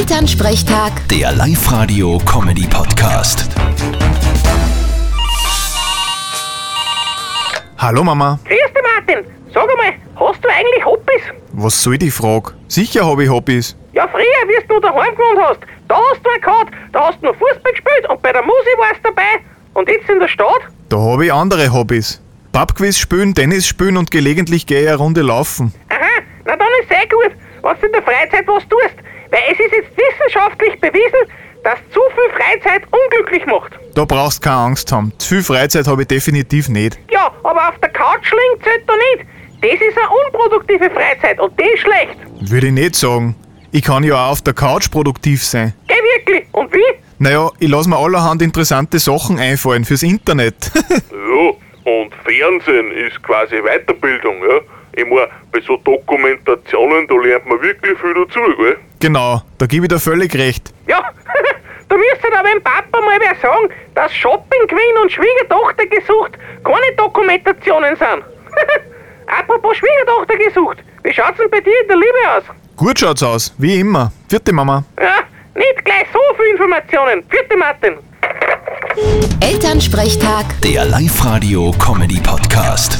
Elternsprechtag, Der Live-Radio-Comedy-Podcast. Hallo Mama, Grüß dich, Martin. Sag einmal, hast du eigentlich Hobbys? was soll die Frage? Sicher habe ich Hobbys. Ja, früher, wie du daheim gewohnt hast, da hast du einen gehabt, da hast du nur Fußball gespielt und bei der Musik warst du dabei. Und jetzt in der Stadt? Da habe ich andere Hobbys. Pubquiz spielen, Tennis spielen und gelegentlich gehe ich eine Runde laufen. Aha, na dann ist sehr gut, was du in der Freizeit was tust. Weil es ist jetzt wissenschaftlich bewiesen, dass zu viel Freizeit unglücklich macht. Da brauchst keine Angst haben. Zu viel Freizeit habe ich definitiv nicht. Ja, aber auf der Couch liegen zählt da nicht. Das ist eine unproduktive Freizeit und die ist schlecht. Würde ich nicht sagen. Ich kann ja auch auf der Couch produktiv sein. Geh wirklich. Und wie? Naja, ich lasse mir allerhand interessante Sachen einfallen fürs Internet. Ja, und Fernsehen ist quasi Weiterbildung, ja. Ich mein, bei so Dokumentationen, da lernt man wirklich viel dazu, gell? genau, da gebe ich dir völlig recht. Ja, du müsstest aber dem Papa mal wer sagen, dass Shopping Queen und Schwiegertochter gesucht keine Dokumentationen sind. Apropos Schwiegertochter gesucht, wie schaut's denn bei dir in der Liebe aus? Gut schaut's aus, wie immer. Vierte Mama. Ja, nicht gleich so viel Informationen. Vierte Martin. Elternsprechtag. Der Live-Radio-Comedy-Podcast.